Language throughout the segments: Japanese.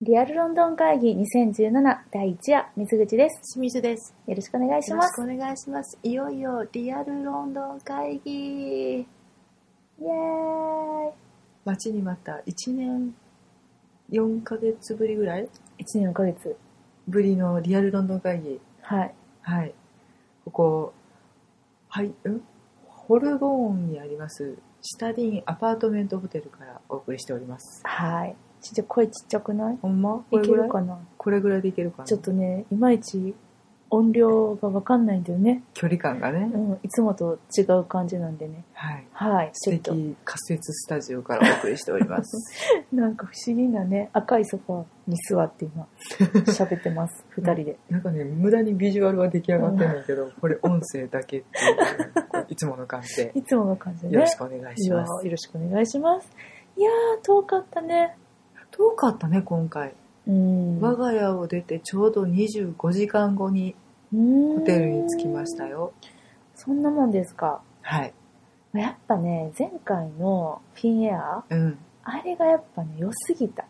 リアルロンドン会議2017第1夜、水口です。清水です。よろしくお願いしよまろしすく。お願いします。いよいよリアルロンドン会イ議。エーイ。待ちに待った1年4ヶ月ぶりぐらい1年4ヶ月。ぶりのリアルロンドン会議。はい。はい。ここ、はい、うんホルボーンにあります、シタディンアパートメントホテルからお送りしております。はい。ちょっと声ちっちゃくないほんまいこれけぐらるいかなこれぐらいでいけるかなちょっとね、いまいち音量がわかんないんだよね。距離感がねう。ん。いつもと違う感じなんでね。はい。はい。素ちょっと。敵仮設スタジオからお送りしております。なんか不思議なね、赤いソファーに座って 今、喋ってます。二人で。なんかね、無駄にビジュアルは出来上がってんだけど、これ音声だけっていう、こういつもの感 じで、いつもの感じでね。よろしくお願いしまいやす。よろしくお願いします。いやー、遠かったね。遠かったね、今回。うん。我が家を出てちょうど25時間後にホホテルに着きましたよ。そんなもんですか。はい。やっぱね、前回のフィンエア、うん。あれがやっぱね、良すぎた。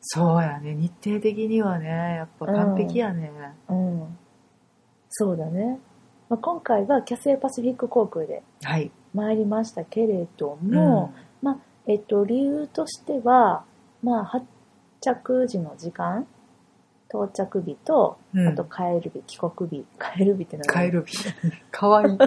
そうやね、日程的にはね、やっぱ完璧やね。うん。そうだね。まあ、今回はキャセイパシフィック航空ではい。参りましたけれどもも、えっと、理由としては、まあ、発着時の時間、到着日と、うん、うん、あと帰る日、帰国日。帰る日って何帰る日。 かわいい。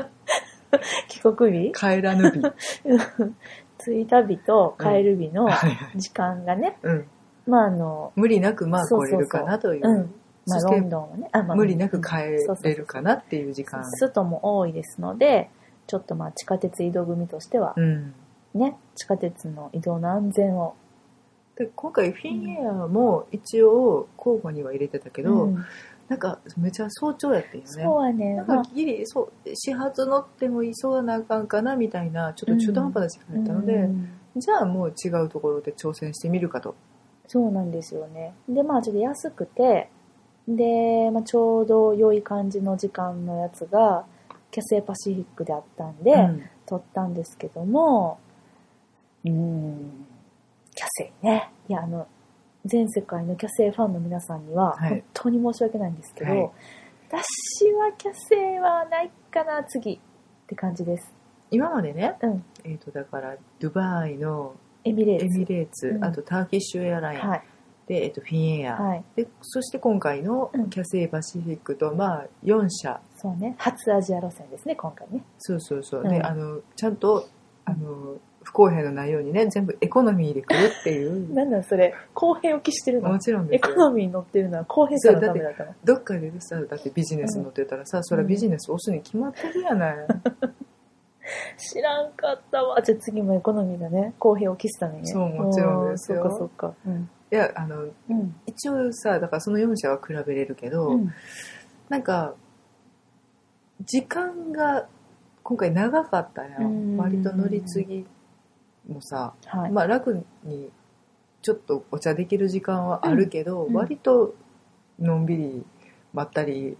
帰国日 帰ら ぬ日。うん着いた日と帰る日のはいはい時間がね、うん。まああの、無理なくまあそう来そうそうれるかなという。うんまあ、そしロてンドンはね、あまあ、無理なくそう帰そうれそうるかなっていう時間。外も多いですので、ちょっとまあ地下鉄移動組としてはうん。ね、地下鉄の移動の安全を。で今回フィンエアも一応候補には入れてたけど、うんなんかめちゃ早朝やったよね。そうはね、なんまかあギリそう始発乗ってもいそうなあかんかなみたいなちょっと中途半端な時間やったので、うんじゃあもう違うところで挑戦してみるかと。そうなんですよね。で、まあちょっと安くて、で、まあ、ちょうど良い感じの時間のやつが、キャセイパシフィックであったんで、うん撮ったんですけども、うーん、キャセイね。いや、あの、全世界のキャセイファンの皆さんには、はい本当に申し訳ないんですけど、はい私はキャセイはないかな、次って感じです。今までね、うんえっ、とだからドバイのエミレーツ。エミレーツ、うんあとターキッシュエアラインで、はい。えっとフィンエア、はい。でそして今回のうんキャセイパシフィックと、まあ4社そうね。初アジア路線ですね、今回ね。そうそうそう、うでんあのちゃんとあの不公平のないようにね全部エコノミーで来るって いうなんなんそれ、公平を期してるものちろんエですコよノミーに乗ってるのは公平さのためだったの。どっかでさだってビジネス乗ってたらさ、そりゃビジネス押すに決まってるや ない、知らんかったわ。じゃあ次もエコノミーだね。公平を期すためにね。そうもちろんですよおーそっかそっか。うん。いやあのうん。一応さだからその4社は比べれるけど、うんなんか時間が今回長かったやうんん割と乗り継ぎもさ、はい。まあ楽にちょっとお茶できる時間はあるけど、んうん割とのんびりまったり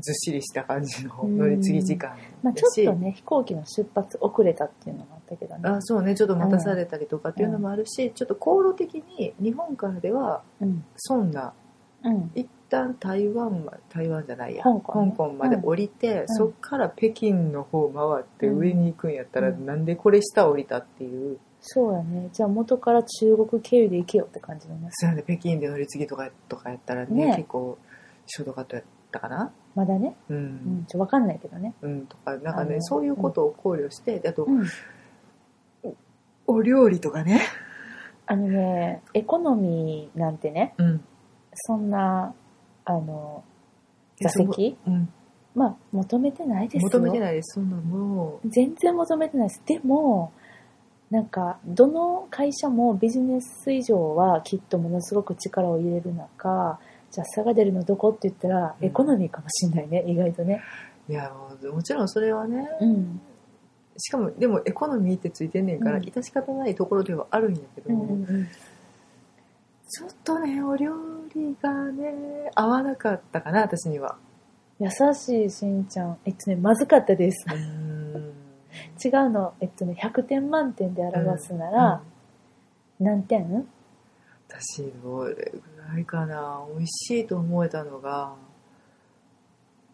ずっしりした感じの乗り継ぎ時間まあ、だちょし、っとね、飛行機の出発遅れたっていうのもあったけどね。あそうねちょっと待たされたりとかっていうのもあるし、ちょっと航路的に日本からではうん。そんなうん。一旦台湾ま台湾じゃないや香港ねまで降りて、うんそっから北京の方回って上に行くんやったら、うんなんでこれ下降りたっていうそうやね。じゃあ元から中国経由で行けよって感じだね。そうやね北京で乗り継ぎとかとかやったらねね結構ショートカットやったかなまだね。ううんん。、ちょ、わかんないけどね。うんとかなんかあねのそういうことを考慮して、であとうん。お料理とかね、あのね、エコノミーなんてね、うんそんな、あの、座その席うん、まあ、求めてないですよ。求めてい。ないですそんなも全然求めてないです。でも、なんか、どの会社もビジネス以上はきっとものすごく力を入れる中、じゃあ差が出るのどこって言ったら、うんエコノミーかもしんないね、意外とね。ういやもうもちろんそれはね、うん。しかもでもエコノミーってついてんねんから、うん致し方ないところではあるんやけど、うんうんうん。ちょっとね、お料理がね、合わなかったかな、私 には。優しいしんちゃん。えっとね、まずかったです。うーん。違うの、えっとね、100点満点で表すなら、何点私どれぐらいかな美味しいと思えたのが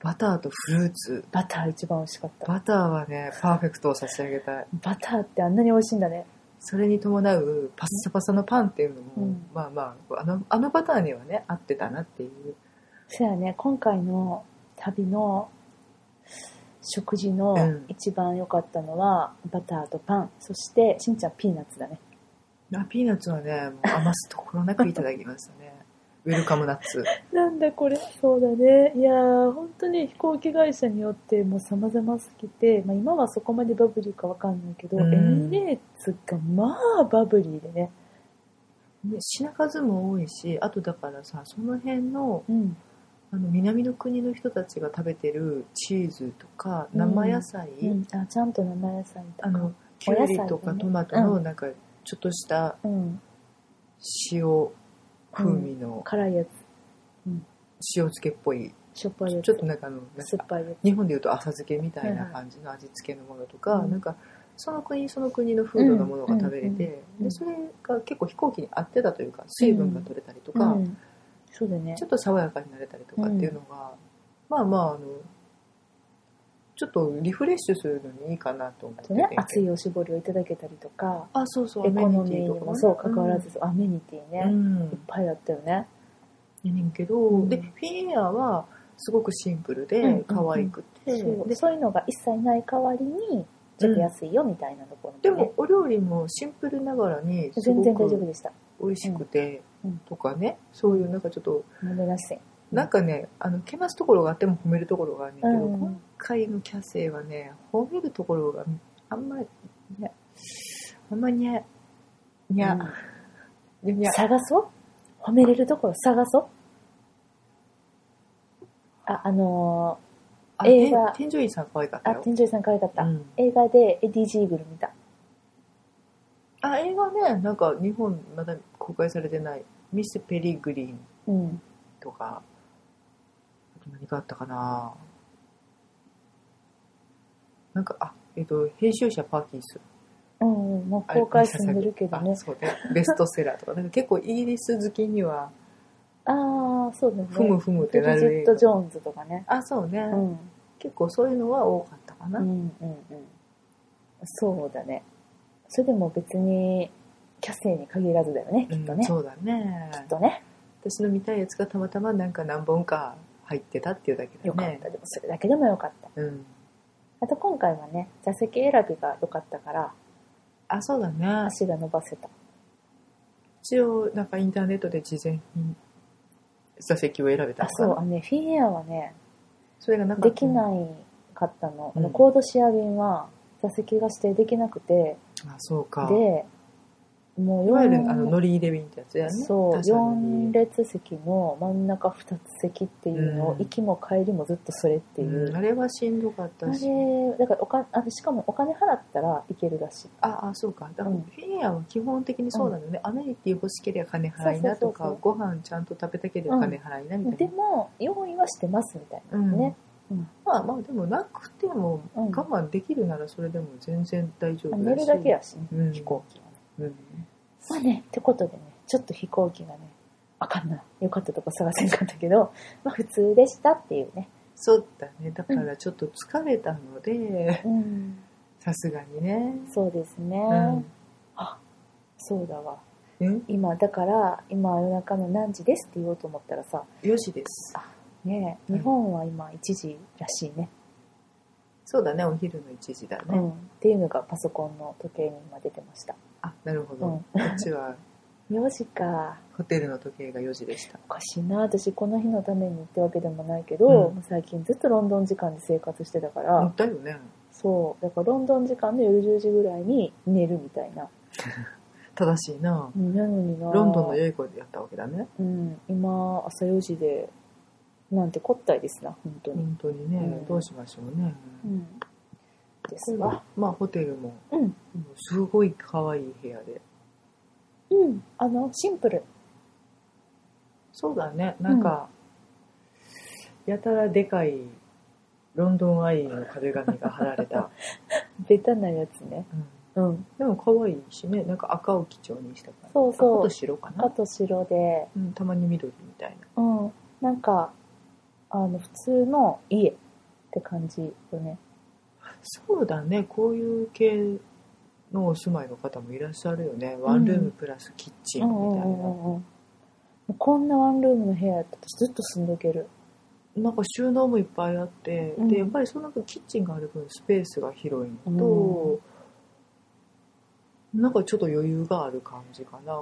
バターとフルーツバター一番美味しかった。バターはねパーフェクトを差し上げたいバターってあんなに美味しいんだね。それに伴うパッサパサのパンっていうのも、うんまあまああのあのバターにはね合ってたなっていうそやね、今回の旅の食事のうん一番良かったのは、バターとパン、そしてしんちゃんピーナッツだね。あピーナッツはねもう余すところなくいただきました ねウェルカムナッツなんだこれそうだねいやー本当に飛行機会社によってもう様々すぎて、まあ、今はそこまでバブリーかわかんないけど、うんエミレーツがまあバブリーでねね品数も多いしあとだからさその辺のうんあの南の国の人たちが食べてるチーズとかうん生野菜、うん、あちゃんと生野菜とかあのきゅお野う菜りとかトマトうのなんかちょっとしたうん、塩風味の辛いやつ塩漬けっぽいしょっぱいやつちょっとなんかあのなん酸かっぱいやつ日本でいうと浅漬けみたいな感じの味付けのものとか、うんなんかその国その国の風土のものが食べれて、うんでそれが結構飛行機に合ってたというか水分が取れたりとか、うん、そうだねちょっと爽やかになれたりとかっていうのが、まあまああのちょっとリフレッシュするのにいいかなと思っあてとてね熱いおしぼりをいただけたりとかあそうそうエコノミーアメニにティとかもねそう関わらず、アメニティね、ういっん、うんぱいあったよねやねんけど、んでフィギュアはすごくシンプルでうん可愛くて、そうでそういうのが一切ない代わりにちょっと安いよみたいなところ、ねでもお料理もシンプルながらにす全ご然大丈く夫でした美味しくてうんうんとかねそういうなんかちょっと飲めらしいなんかねあのけなすところがあっても褒めるところがあるんだけど、うん今回のキャセイはね褒めるところがあんまりねあんまりにゃにゃ、にゃ探そう褒めれるところ探そうああのあ映画天井員さん可愛かっーたあよ天井さん可愛かった、うん映画でエディ・ジーグル見たあ映画ねなんか日本まだ公開されてないミス・ペリグリうーンんとかあと何があったかななんかあえっ、と編集者パーキンスうんうん、もうあれ公開進んでるけどあねそうねベストセラーとかなんか結構イギリス好きにはああーそうだねふむふむっブてリなジるット・ジ映ョーンズとかね画あそうね、うん結構そういうのは多かったかな、うんうんうんそうだねそれでも別にキャセイに限らずだよねきっとうね、んそうだねきっとね私の見たいやつがたまたまなんか何本か入ってたっていうだけだねよかった、でもそれだけでもよかったうん、あと今回はね座席選びが良かったからあそうだね足が伸ばせた一応なんかインターネットで事前に座席を選べたあのかそなうあのねフィンエアはねそれがなんかできないかったの,、あうのんコードシェア便は座席が指定できなくてあそうかでもういわゆるあの4乗り入れ便ってやつだよねそう他社の乗4り入れ列席の真ん中2つ席っていうのを、うん行きも帰りもずっとそれっていう、うんあれはしんどかっあたしれだからおかあれしかもお金払ったら行けるらしいああそうかだからうフんィギュアは基本的にそうなのね、アメニティ欲しければ金払いなとかそうそうそうそうご飯ちゃんと食べたければ金払いなみたでいな、も用意はしてますみたいなうんね、まあまあでもなくてもうん我慢できるならそれでも全然大丈夫寝るだけや、やしね、うん、飛行機はねうんまあねってことでねちょっと飛行機がねあかんなよかったとこ探せんかったけど、 まあ、普通でしたっていうねそうだねだからちょっと疲れたのでうんさすがにねそうですね、うんそうだわうん今だから今夜中の何時ですって言おうと思ったらさよしですねえうん日本は今1時らしいね、そうだねお昼の1時だうね、ん、っていうのがパソコンの時計に今出てましたあなるほど、うんこっちは4時かホテルの時計が4時でしたおかしいな私この日のためにってわけでもないけど、うんもう最近ずっとロンドン時間で生活してたから、もったいよねそうだからロンドン時間の夜10時ぐらいに寝るみたいな正しいななのになロンドンの良い子でやったわけだねうん今朝4時でなんてこったいですな本当に本当にね、うんどうしましょうね、うんです今度わまあホテルもうんもうすごい可愛い部屋でうんあのシンプルそうだねなんか、やたらでかい ロンドンアイの壁紙が貼られた、ベタなやつねうんうん、でも可愛いしねなんか赤を基調にした感じそうそう赤と白か赤な、と白で、うん、たまに緑みたいなうん、なんかあの普通の家って感じよねそうだねこういう系のお住まいの方もいらっしゃるよねワンルームプラスキッチンみたいな、うんうんうん、こんなワンルームの部屋やったらずっと住んどけるなんか収納もいっぱいあって、うんでやっぱりその分キッチンがある分スペースが広いのと、なんかちょっと余裕がある感じかな、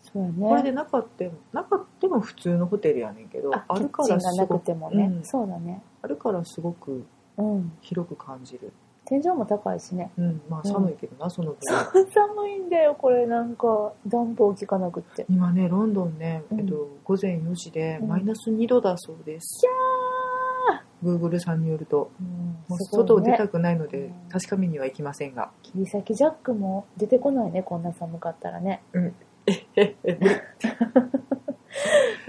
そうやねこれでなかったなかったも普通のホテルやねんけどああキるッかチンらがすなごくくてもね、うんそうだねあるからすごくうん広く感じる、天井も高いしねうん、まあうん寒いけどな、その分寒いんだよこれなんか暖房効かなくって今ねロンドンね、うんえっと、午前4時でうんマイナス2度だそうです、Google さんによるとうんもうす外ごをい出ねたくないので、うん確かめには行きませんが切り裂きジャックも出てこないねこんな寒かったらね う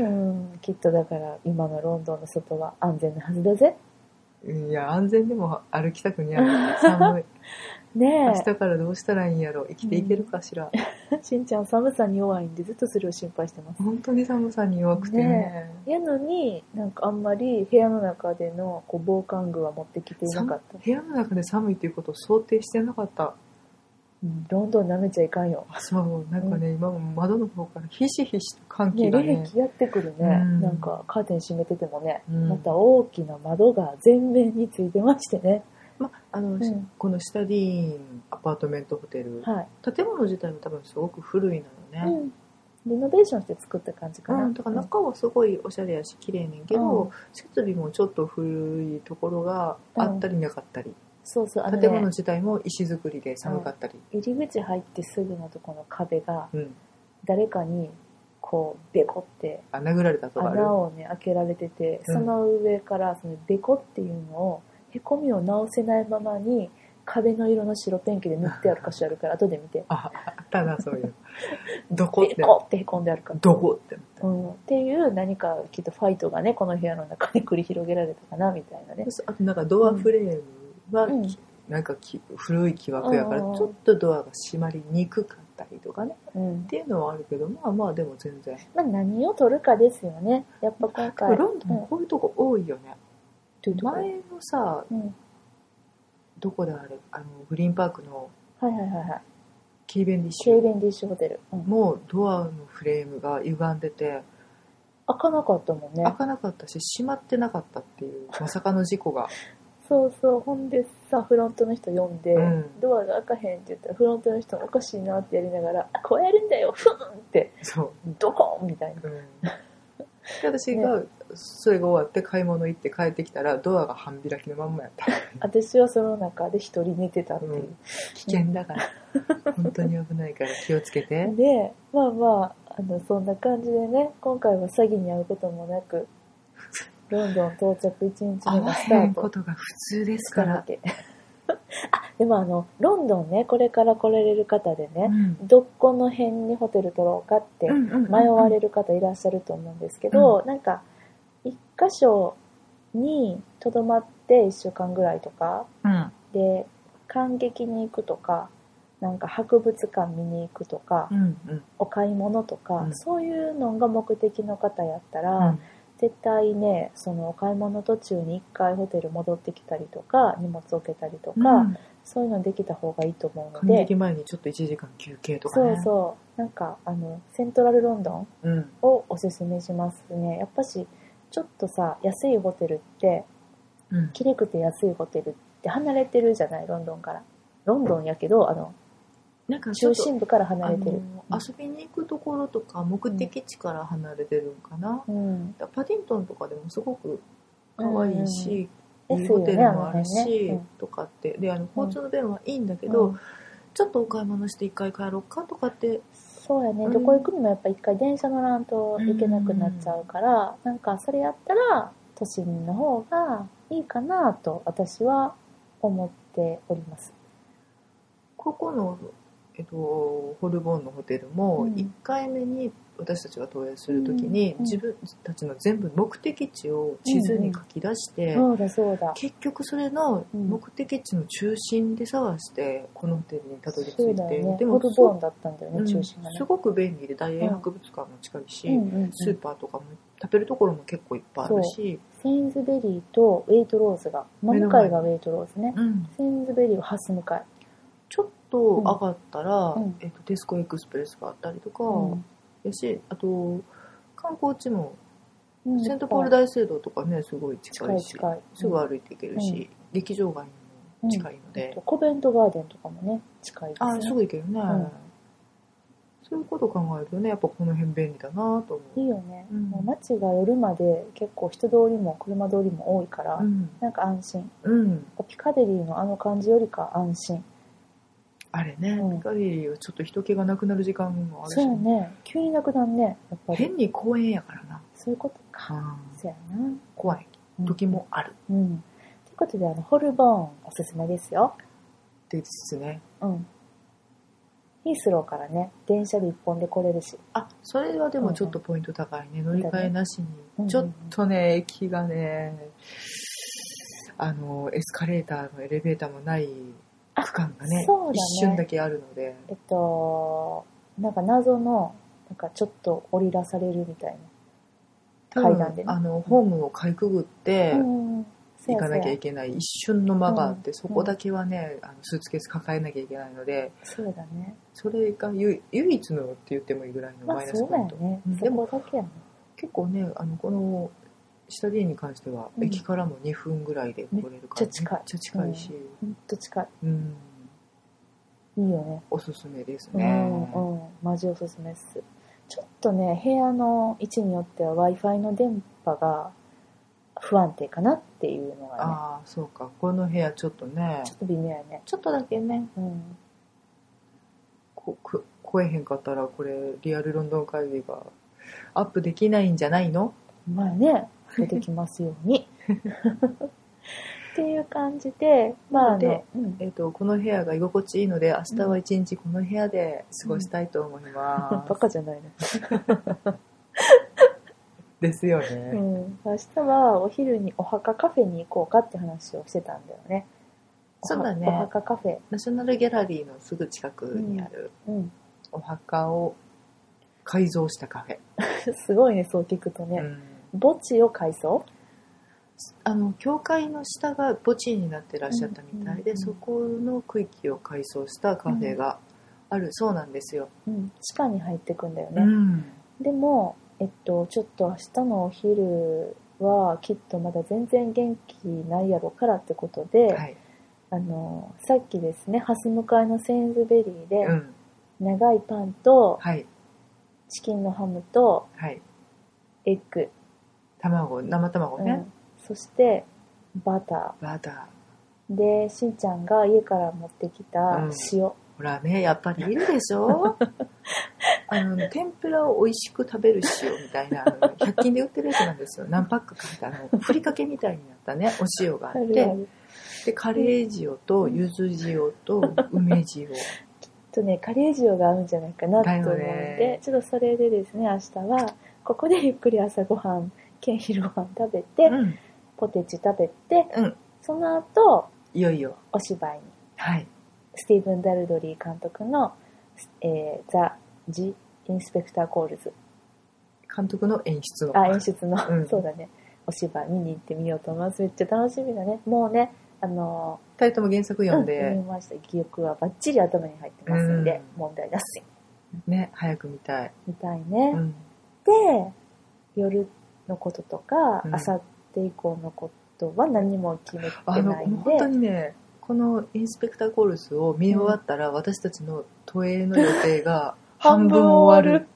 んきっとだから今のロンドンの外は安全なはずだぜいや安全でも歩きたくにゃい 寒い明ね日からどうしたらいいんやろ生きていけるかしら、えしんちゃん寒さに弱いんでずっとそれを心配してます本当に寒さに弱くてねねやのになんかあんまり部屋の中でのこう防寒具は持ってきていなかった、部屋の中で寒いっていうことを想定してなかったうん、ロンドン舐めちゃいかんよそうなんかね、今も窓の方からひしひしと寒気ねがね冷気やってくるね、うんなんかカーテン閉めててもね、うんまた大きな窓が全面についてましてね、まあの、んこのシタディーンアパートメントホテル、はい、建物自体も多分すごく古いなのね、うん、リノベーションして作った感じかな、うん、だから中はすごいおしゃれやし綺麗ねんけど、うん設備もちょっと古いところがあったりなかったり、そうそうあの、ね、建物自体も石造りで寒かったり、入り口入ってすぐのとこの壁がうん、誰かにこうベコってあ殴られたとかある穴をね開けられてて、うんその上からそのベコっていうのをへこみを直せないままに壁の色の白ペンキで塗ってある箇所あるから後で見てああったなそう いうどこっベてコってへこんであるから、どこってうん、っていう何かきっとファイトがねこの部屋の中で繰り広げられたかなみたいなねあとなんかドアフレームは、うんきなんかき古い木枠やからちうんょっとドアが閉まりにくかったりとかねうんっ、ていうのはあるけどまあまあでも全然まあ何を取るかですよねやっぱ今でも回ロンドうんンこういうとこ多いよね、というとこ前のさうん、どこであれあのグリーンパークのはいはいはいはいキーベンディッシケイュベンディッシュホテル、うん、もうドアのフレームが歪んでて開かなかったもんね開かなかったし閉まってなかったっていうまさかの事故が そうそうほんでさフロントの人呼んで、うんドアが開かへんって言ったらフロントの人もおかしいなってやりながら「あこうやるんだよふん!」ってそうドコンみたいなうんで私がそれが終わって買い物行って帰ってきたらドアが半開きのまんま やった私はその中で一人寝てたっていう、危険だから本当に危ないから気をつけてでまあまああのそんな感じでね今回は詐欺に遭うこともなくロンドン到着1日目会がわスタへんーこトとが普通ですしかたわら、けあでもあのロンドンねこれから来られる方でうね、んどこの辺にホテル取ろうかってうんうんうん迷われる方いらっしゃると思うんですけど、なんか一箇所にとどまって1週間ぐらいとかうんで観劇に行くとかなんか博物館見に行くとか、うんうんお買い物とか、うんそういうのが目的の方やったら、うん絶対ねそのお買い物途中に1回ホテル戻ってきたりとか荷物置けたりとか、うんそういうのできた方がいいと思うの感で激。前にちょっと1時間休憩とかそねうそうなんかあのセントラルロンドンうんをおすすめしますねやっぱしちょっとさ安いホテルってうんきれくて安いホテルって離れてるじゃないロンドンからロンドンやけどあのなんかちょ中っと心部から離あれてる、の遊びに行くところとか目的地から離れてるんかな、うん、パディントンとかでもすごく可愛いし、うんうんいいホテルもあるですよねあのし、辺ねうんとかってであの交通の便はいいんだけど、うんちょっとお買い物して一回帰ろうかとかってそうやね、うんどこ行くにもやっぱ一回電車乗らんといけなくなっちゃうから、なんかそれやったら都心の方がいいかなと私は思っておりますここのえっと、ホルボンのホテルもうん1回目に私たちが投影する時に、うん自分たちの全部目的地を地図に書き出して、そうだそうだ結局それのうん目的地の中心で探してこのホテルにたどり着いて、そうだよねでホもルボーンだったんだようねん中心がねすごく便利で大英博物館も近いし、うんうんうんスーパーとかも食べるところも結構いっぱいあるし、セインズベリーとウェイトローズが真向かいがウェイトローズねうんセインズベリーはハス向かい、ちょっと上がったら、うんえっと、テスコエクスプレスがあったりとか、うんやしあと観光地もうんセントポール大聖堂とかねすごい近近いいし近いすぐ歩いていけるし、劇場街にも近いので、コベントガーデンとかもね近いですああすねぐ行けるね、んそういうこと考えるとねやっぱこの辺便利だなと思う、いいよね、うんもう街が夜まで結構人通りも車通りも多いから、うんなんか安心うん、ピカデリーのあの感じよりか安心あれね、うんピカデリーはちょっと人気がなくなる時間もあるしそうやね急になくなんねやっぱり変に公園やからな、そういうことかそうやな怖いうん時もあるうんということであのホルボーンおすすめですよですねうんヒースローからね電車で一本で来れるしあそれはでもちょっとポイント高いね、乗り換えなしに、うんちょっとね駅がねあのエスカレーターもエレベーターもない区間がねそうだね一瞬だけあるのでえっとなんか謎のなんかちょっと降り出されるみたい多分階段でねあのホームをかいくぐってな、うん、行かなきゃいけけない一瞬の間があって、そこだけはねあのスーツケース抱えなきゃいけないのでそうだねそれが唯唯一のって言ってもいいぐらいのまマあイナそスうポだイよント、ね、うんでそもこだけやね結構ねあのこの下 D に関しては、うん駅からも2分ぐらいで来れるから、ね、めっちゃ近いめっちゃ近いし、ほんと近いうんいいよねおすすめですうね、んうんマジおすすめっすちょっとね部屋の位置によっては w i f i の電波が不安定かなっていうのがねああそうかこの部屋ちょっとねちょっと微妙やねちょっとだけねうんこく来えへんかったらこれリアルロンドン会議がアップできないんじゃないのまあね出てきますようにっていう感じでまああなのの、うんえっとこの部屋が居心地いいので明日は一日この部屋で過ごしたいと思います、バカじゃないね、ですようね、ん、明日はお昼にお墓カフェに行こうかって話をしてたんだよねそうだねお墓カフェナショナルギャラリーのすぐ近くにあるうんお墓を改造したカフェ、 すごいねそう聞くとね、うん墓地を改装あの教会の下が墓地になってらっしゃったみたいで、うんそこの区域を改装したカフェがあるそうなんですよ、うん、地下に入ってくんだようね、ん、でも、えっと、ちょっと明日のお昼はきっとまだ全然元気ないやろからってことで、はい、あのさっきですねハス向かいのセインズベリーでうん、長いパンとはいチキンのハムとはいエッグ、卵生卵うね、ん、そしてバタバターでしんちゃんが家から持ってきたうん塩、ーほらねやっぱりいるでし ょあの天ぷらを美味しく食べる塩みたいなあの100均で売ってるやつなんですよ何パックかあってあのふりかけみたいになったねお塩がああっるあてるでカレー塩とゆず塩と梅塩とねカレー塩が合うんじゃないかなと思うんで、だよねちょっとそれでですね明日はここでゆっくり朝ごはん兼昼ごはん食べて、うんポテチ食べて、うんその後いよいよお芝居にはいスティーブン・ダルドリー監督の「えーザ・ジ・インスペクター・コールズ監督の演出」のあ演出の、うんそうだねお芝居見に行ってみようと思いますめっちゃ楽しみだねもうねあのー二人とも原作読んうんで見、ました記憶はバッチリ頭に入ってますんで、う問題なしね早く見たい、みたいね、うんで夜のこととかうんあさって以降のことは何も決めてあのないんで、本当にねこの「インスペクター・コールズ」を見終わったら、私たちの都営の予定が半分終わる、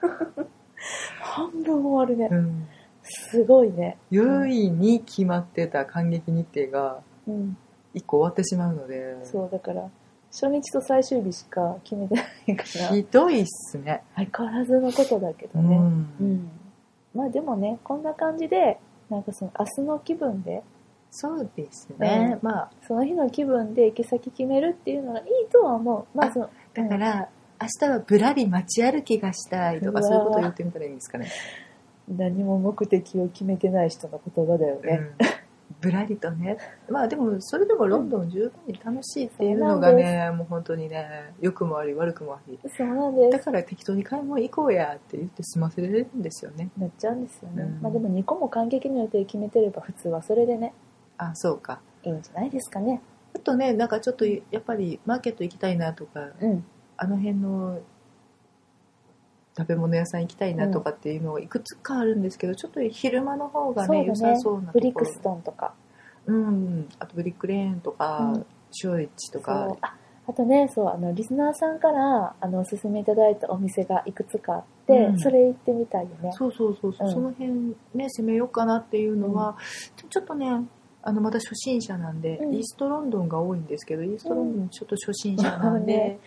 半分終わるねうん、すごいね優位に決まってた感激日程がうん一個終わってしまうのでそうだから初日と最終日しか決めてないからひどいっすね相変わらずのことだけどうね、んうんまあでもねこんな感じでなんかその明日の気分でそうですね、うんまあその日の気分で行き先決めるっていうのがいいとは思うまあそのだから、明日はぶらり街歩きがしたいとうわか、ーそういうことを言ってみたらいいんですかね。何も目的を決めてない人の言葉だようね。んぶらりとね。まあでも、それでもロンドン十分に楽しいっていうのがね、もう本当にね、良くもあり悪くもあり。そうなんですだ。から適当に買い物行こうやって言って済ませれるんですよね。なっちゃうんですよね、うんまあでも2個も感激の予定決めてれば普通はそれでねあ、そうか。いいんじゃないですかねあとね、なんかちょっとやっぱりマーケット行きたいなとか、うんあの辺の食べ物屋さん行きたいなとかっていうのをいくつかあるんですけど、ちょっと昼間の方がね良そうだねさそうなとこブろリクストンとかうん、あとブリックレーンとか、うん塩市とかそうああとねそうあのリスナーさんからあのおすすめいただいたお店がいくつかあって、うんそれ行ってみたいよねそうそうそうそううんその辺ね攻めようかなっていうのは、ちょっとねあのまだ初心者なんで、うんイーストロンドンが多いんですけどイーストロンドンちょっと初心者なんで、うんね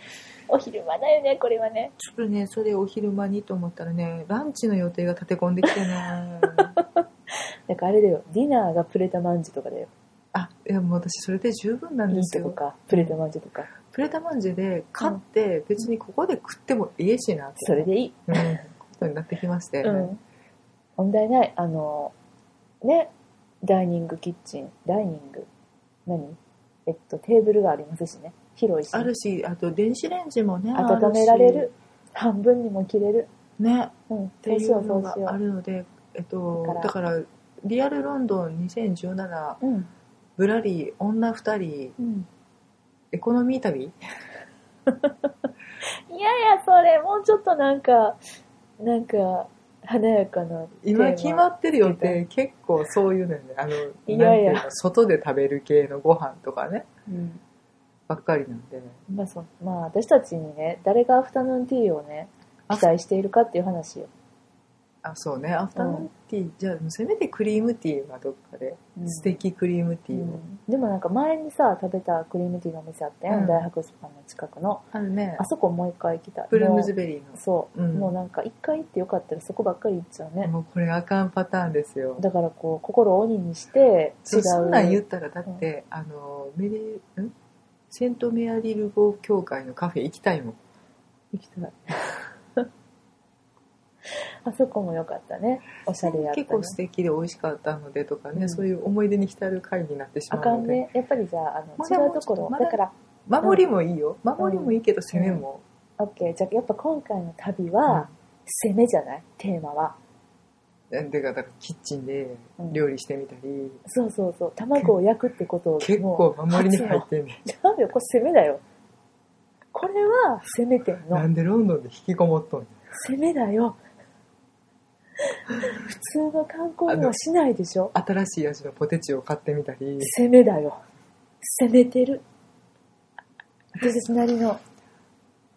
お昼間だよねこれはねちょっとねそれお昼間にと思ったらねランチの予定が立て込んできて ねだからあれだよディナーがプレタマンジュとかだよあいやもう私それで十分なんいでいすとよこかプレタマンジュとかプレタマンジェで買って別にここで食ってもいいしなってそれでいい、うんことになってきまして、うん、問題ないあのねダイニングキッチンダイニング何えっとテーブルがありますしね広いしね、あるしあと電子レンジもね温められる半分にも切れる、あるしねうん、ってそういしよううそのうがしよあるのでえっとだだかからリアルロンドン2017う、うんぶらり女2人うん、エコノミー旅いやいやそれもうちょっとなんかなんか華やかな今テーマ決まってる予定結構そういうのよねあのいやいやなんていうの外で食べる系のご飯とかねうんばっかりなんでねまあ、そうまあ私たちにね誰がアフタヌーンティーをね期待しているかっていう話よ、あそうねアフタヌーンティー、じゃあせめてクリームティーはどっかで、うん素敵クリームテうィーを、ん、でもなんか前にさ食べたクリームティーのお店あったやん、うん大白スパの近くのあのねあそこもう一回行きたいブルームズベリーものうそう、うんもうなんか一回行ってよかったらそこばっかり行っちゃうね、もうこれあかんパターンですよだからこう心を鬼にして違そううそんなん言ったらだって、あのメリんセントメアリル号協会のカフェ行きたいもん行きたい あそこも良かったねおしゃれやった、ね、結構素敵で美味しかったのでとかね、うんそういう思い出に浸る会になってしあまかうのんで、ねやっぱりじゃああの、まだ違もううところまだだから守りもいいよ守りもいいけど攻めも、オッケーじゃあやっぱ今回の旅は、攻めじゃないテーマはうんでだからキッチンでうん料理してみたり、そうそうそう卵を焼くってことを結も構守りに入ってんねうなんだよこれ攻めだよこれは攻めてんのなんでロンドンで引きこもっとんの攻めだよ普通の観光にはしないでしょ新しい味のポテチを買ってみたり攻めだよ攻めてる私たちなりの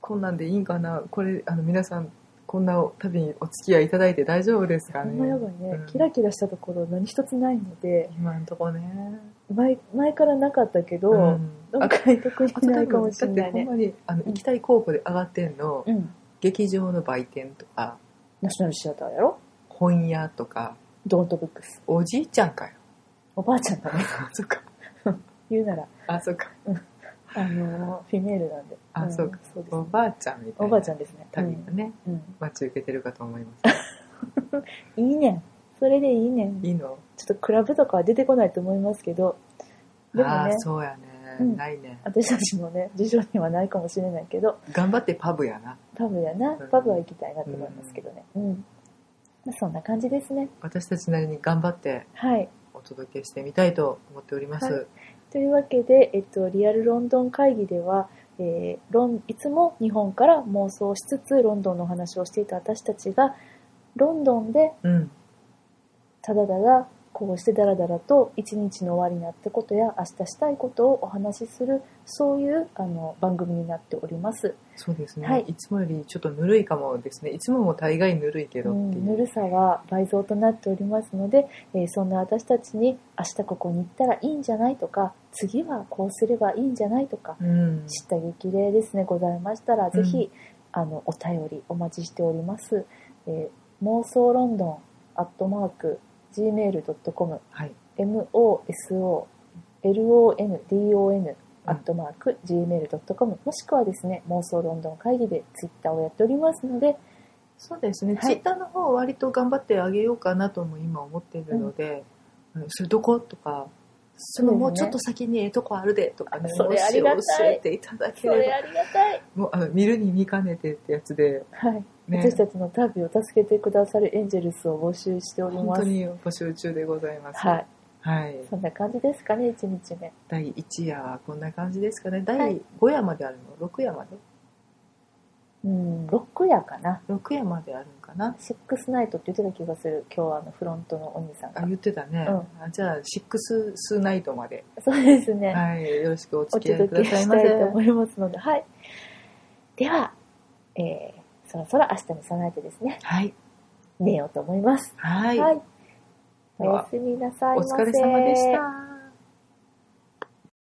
こんなんでいいんかなこれあの皆さんこんな旅にお付き合いいただいて大丈夫ですかほねんまやばいね、うんキラキラしたところ何一つないので今んとこね前前からなかったけど、うんなんあかと特にあとな多いか分もしだれってないほんねまにあの行きたい候補で上がってんのうん劇場の売店とかナショナルシアターやろ本屋とかドーントブックスおじいちゃんかよおばあちゃんだねあ そっか 言うならあそっかあのフィメールなんであんそうかそうですおばあちゃんみたいなおばあちゃんですね旅がね、うん待ち受けてるかと思いますうんいいねんそれでいいねんいいのちょっとクラブとかは出てこないと思いますけど でもあねあそうやね、うんないね私たちもね事情にはないかもしれないけど頑張ってパブやなパブやなうんパブは行きたいなと思いますけどねうん、まあ、そんな感じですね私たちなりに頑張ってはいお届けしてみたいと思っております、はいというわけで、えっと、リアルロンドン会議では、えーロンいつも日本から妄想しつつロンドンのお話をしていた私たちがロンドンでうんただただこうしてダラダラと一日の終わりになったことや明日したいことをお話しするそういうあの番組になっております、そうですね、はいい、つもよりちょっとぬるいかもですねいつもも大概ぬるいけうどっていん、う、ぬるさは倍増となっておりますので、えーそんな私たちに明日ここに行ったらいいんじゃないとか次はこうすればいいんじゃないとかうん知った激励ですねございましたら、うんぜひあのお便りお待ちしております、えー妄想ロンドンアットマーク gmail.com はい mosolondon アットマーク gmail.com もしくはですね、妄想ロンドン会議でツイッターをやっておりますので、そうですね、はいツイッターの方割と頑張ってあげようかなとも今思ってるので、うんそれどことかそのそうねもうちょっと先にええとこあるでとかねそれありがたいもし教えていただけそれれありがたい。ばもうあの見るに見かねてってやつで、はい。ね、私たちの旅を助けてくださるエンジェルスを募集しておりま本当す。に募集中でございます、はい。はいそんな感じですかね、1日目。第1夜はこんな感じですかねは第い5夜まであるの6夜までうん、6夜かな。 6夜まであるのかなシックスナイトって言ってた気がする。今日はあのフロントのお兄さんあが。言ってたね、うあじゃあシックススナイトまで、そうですね。はい、よろしくおお付き合い届けくださいしまたせいと思いますので、はい。では、えー、そろそろ明日に備えてですね、はい寝ようと思います。はい、はい。おやすみなさいおませ。疲れ様でした。